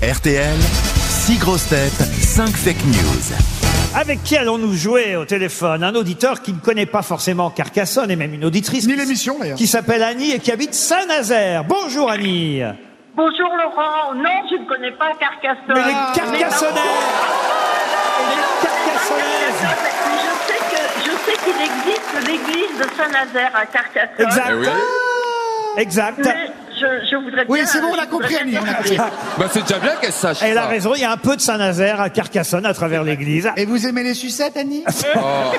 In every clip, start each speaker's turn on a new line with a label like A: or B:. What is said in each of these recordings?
A: RTL, 6 grosses têtes, 5 fake news.
B: Avec qui allons-nous jouer au téléphone Un auditeur qui ne connaît pas forcément Carcassonne et même une auditrice. Ni l'émission d'ailleurs. Qui s'appelle Annie et qui habite Saint-Nazaire. Bonjour Annie.
C: Bonjour Laurent. Non, je ne connais pas Carcassonne.
B: Mais les Carcassonnaises
C: Je sais que- je sais qu'il existe l'église de Saint-Nazaire à Carcassonne.
B: Exact. Exact.
C: Mais je, je voudrais
D: Oui,
C: bien-
D: c'est bon, on
C: je
D: l'a compris,
C: voudrais bien
D: Annie, on l'a
C: savoir.
E: Bah, c'est déjà bien qu'elle sache.
B: Elle a
E: ça.
B: raison, il y a un peu de Saint-Nazaire à Carcassonne à travers l'église.
D: Et vous aimez les sucettes, Annie Ah,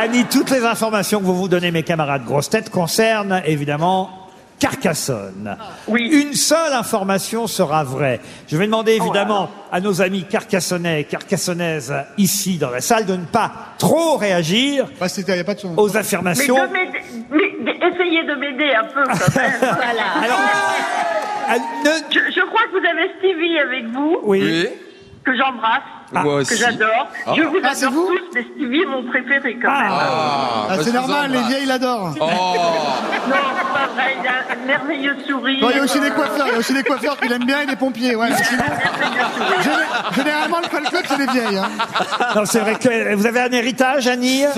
B: Annie, toutes les informations que vous vous donnez, mes camarades grosses têtes, concernent évidemment Carcassonne.
C: Oui.
B: Une seule information sera vraie. Je vais demander évidemment à nos amis carcassonnais et carcassonnaises ici dans la salle de ne pas trop réagir
D: Bah, c'était, y a pas de son.
B: aux
C: Mais,
B: affirmations.
C: de m'aider- mais d- essayez de m'aider un peu quand même. voilà.
B: Alors, Anne, ne-
C: Je, je crois que vous avez Stevie avec vous,
B: Oui.
E: Oui.
C: que j'embrasse,
B: Ah,
E: Moi
C: que
E: aussi.
C: j'adore.
E: Ah.
C: Je vous
D: Ah, c'est
C: adore
D: vous
C: tous, mais Stevie est mon préféré quand même.
B: Ah,
E: Ah,
D: Ah,
E: bah,
D: c'est
E: je
D: normal,
E: vous
D: les
E: embrasse.
D: vieilles l'adorent.
E: Oh,
C: Non, c'est pas vrai, il a un merveilleux sourire.
D: Ah. Bon, il y a aussi des coiffeurs, il y a aussi des coiffeurs qui l'aiment bien et des pompiers, ouais. mais sinon- Gé- Généralement, le folklore, c'est des vieilles. Hein.
B: non, c'est vrai que vous avez un héritage, Annie.
C: Non,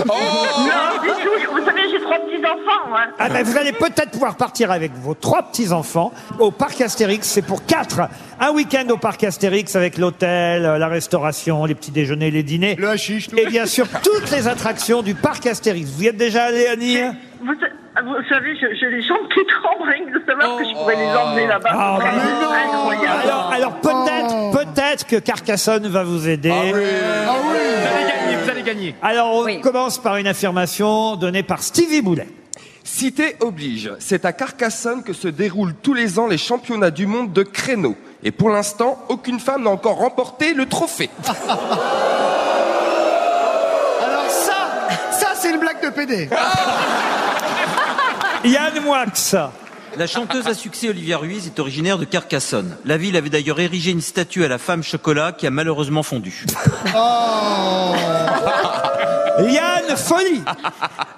C: du tout. Vous savez, j'ai trois petits-enfants. hein.
B: Ah ben, vous allez peut-être pouvoir partir avec vos trois petits-enfants au parc Astérix. C'est pour quatre. Un week-end au parc Astérix avec l'hôtel, euh, la restauration, les petits déjeuners, les dîners.
D: Le hashish, tout.
B: Et bien sûr, toutes les attractions du parc Astérix. Vous y êtes déjà allé, Annie
C: Vous, sa- vous savez, je- j'ai les jambes qui tremblent rien que de savoir que je pourrais les emmener là-bas.
B: Oh. Ah,
C: C'est
B: bah
C: vraiment
D: non.
C: incroyable.
B: Alors, alors peut-être,
D: Oh.
B: peut-être que Carcassonne va vous aider.
D: Ah oui
B: Alors, on commence par une affirmation donnée par Stevie Boulet.
E: Cité oblige. C'est à Carcassonne que se déroulent tous les ans les championnats du monde de créneaux. Et pour l'instant, aucune femme n'a encore remporté le trophée.
D: Alors ça, ça, c'est une blague de PD.
B: Yann Moix.
F: La chanteuse à succès Olivia Ruiz est originaire de Carcassonne. La ville avait d'ailleurs érigé une statue à la femme chocolat qui a malheureusement fondu.
B: Yann Folie.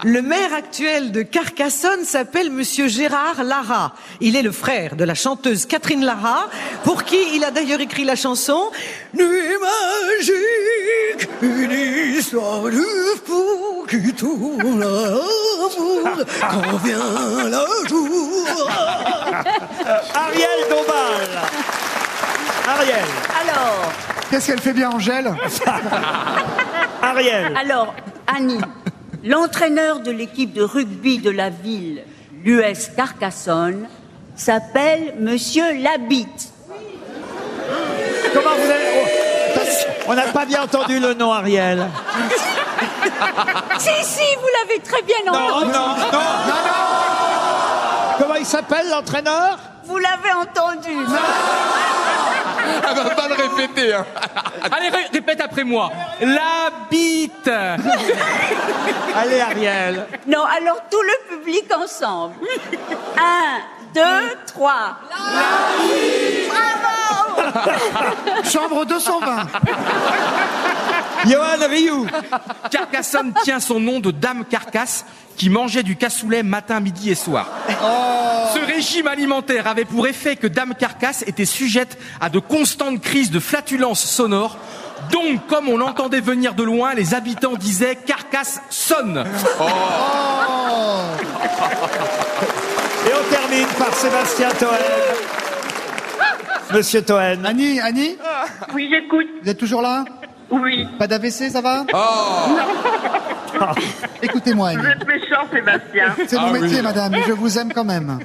G: Le maire actuel de Carcassonne s'appelle Monsieur Gérard Lara. Il est le frère de la chanteuse Catherine Lara, pour qui il a d'ailleurs écrit la chanson Nuit magique, une histoire de fou qui tourne à l'amour quand vient le jour.
B: Ariel Dombal. Ariel.
H: Alors,
D: Qu'est-ce qu'elle fait bien, Angèle
B: Ariel.
H: alors, Annie, l'entraîneur de l'équipe de rugby de la ville, l'US Carcassonne, s'appelle Monsieur Labitte.
B: Comment vous allez Oh, On n'a pas bien entendu le nom, Ariel.
H: Si, si, vous l'avez très bien entendu.
B: Ah. non, non. Comment il s'appelle, l'entraîneur
H: Vous l'avez entendu.
E: Elle va pas le répéter, hein.
I: Allez, ré- répète après moi. La bite.
B: Allez, Ariel.
H: Non, alors tout le public ensemble. Un, deux, trois.
D: Chambre 220.
B: Johan Rioux.
I: Carcassonne tient son nom de dame carcasse qui mangeait du cassoulet matin, midi et soir. Ce régime alimentaire avait pour effet que dame carcasse était sujette à de constantes crises de flatulence sonore. Donc, comme on l'entendait venir de loin, les habitants disaient carcasse sonne.
B: Et on termine par Sébastien Toen. Monsieur Toen.
D: Annie, Annie,
C: Oui, j'écoute.
D: vous êtes toujours là
C: Oui.
D: Pas d'AVC, ça va Oh. Écoutez-moi,
C: Vous
D: Annie.
C: êtes méchant, Sébastien.
D: C'est mon métier, madame, mais je vous aime quand même.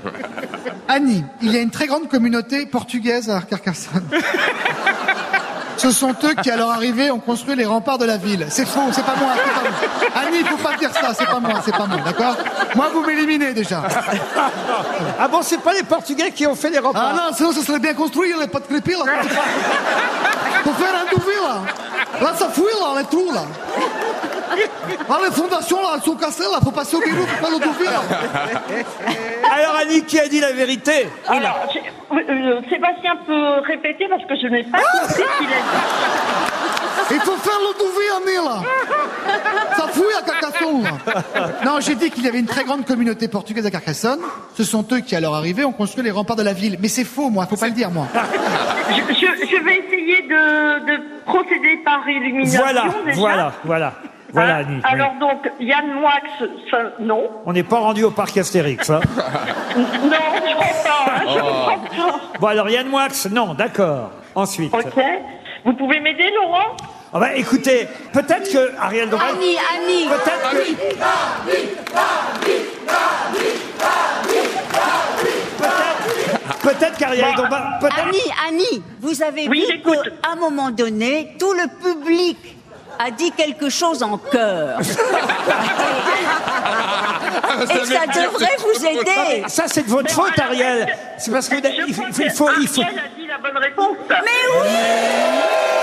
D: Annie, il y a une très grande communauté portugaise à Carcassonne. Ce sont eux qui, à leur arrivée, ont construit les remparts de la ville. C'est faux, c'est pas moi, c'est pas moi. Annie, faut pas me dire ça, c'est pas moi, c'est pas moi, d'accord Moi, vous m'éliminez déjà.
B: Ah bon, c'est pas les Portugais qui ont fait les
D: Ah
B: remparts
D: non, sinon ça serait bien construit, les pas de crépi, là. Pour faire un douvier, là. Là, ça fouille, là, les trous, là. Là, les fondations, là, elles sont cassées, là. Faut passer au bureau pour faire le douvier, là.
B: Alors Annie, qui a dit la vérité
C: Alors, j'ai- euh, euh, Sébastien peut répéter parce que je n'ai pas compris ce qu'il a dit.
D: Il faut faire le douvier, là. Ça fouille à Carcassonne. là. Non, j'ai dit qu'il y avait une très grande communauté portugaise à Carcassonne. Ce sont eux qui, à leur arrivée, ont construit les remparts de la ville. Mais c'est faux, moi. Faut pas le dire, moi.
C: Je, je vais essayer de, de procéder par élimination.
B: Voilà,
C: déjà.
B: voilà, voilà. Voilà,
C: Hein
B: Annie. oui.
C: Alors donc, Yann Moix, ça, non.
B: On n'est pas rendu au parc Astérix. hein.
C: Non, je crois pas. hein, je crois pas.
B: bon, alors Yann Moix, non, d'accord. Ensuite.
C: Ok. Vous pouvez m'aider, Laurent
B: Ah bah, écoutez, peut-être que Ariel Dombal.
H: Annie,
C: Ah.
H: Annie.
B: Peut-être que. Peut-être- Peut-être qu'Ariel Dombal. Peut-être.
H: Annie, Annie, vous avez
C: Oui,
H: vu
C: j'écoute.
H: qu'à un moment donné, tout le public a dit quelque chose en cœur. Et ça devrait vous aider.
B: Ah, Ça, c'est de votre faute, Ariel. C'est parce que vous-
C: Je
B: il faut,
C: pense
B: il faut, il faut-
C: qu'Ariel a dit la bonne réponse.
H: Mais oui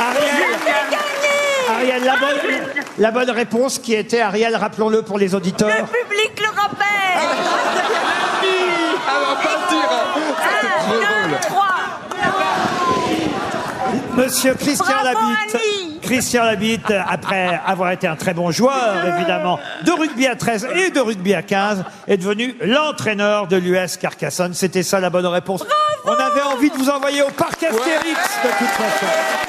B: Ariel, Ariel, la bonne, la bonne réponse qui était Ariel, rappelons-le pour les
H: Le
B: auditeurs.
H: public le rappelle
E: va partir hein. Ça, c'est trop
H: Un,
E: drôle.
H: deux, trois
B: Monsieur Christian
H: Bravo,
B: Labitte.
H: Annie.
B: Christian Labitte, après avoir été un très bon joueur, évidemment, de rugby à 13 et de rugby à 15, est devenu l'entraîneur de l'US Carcassonne. C'était ça la bonne réponse. On avait envie de vous envoyer au parc Astérix, de toute façon.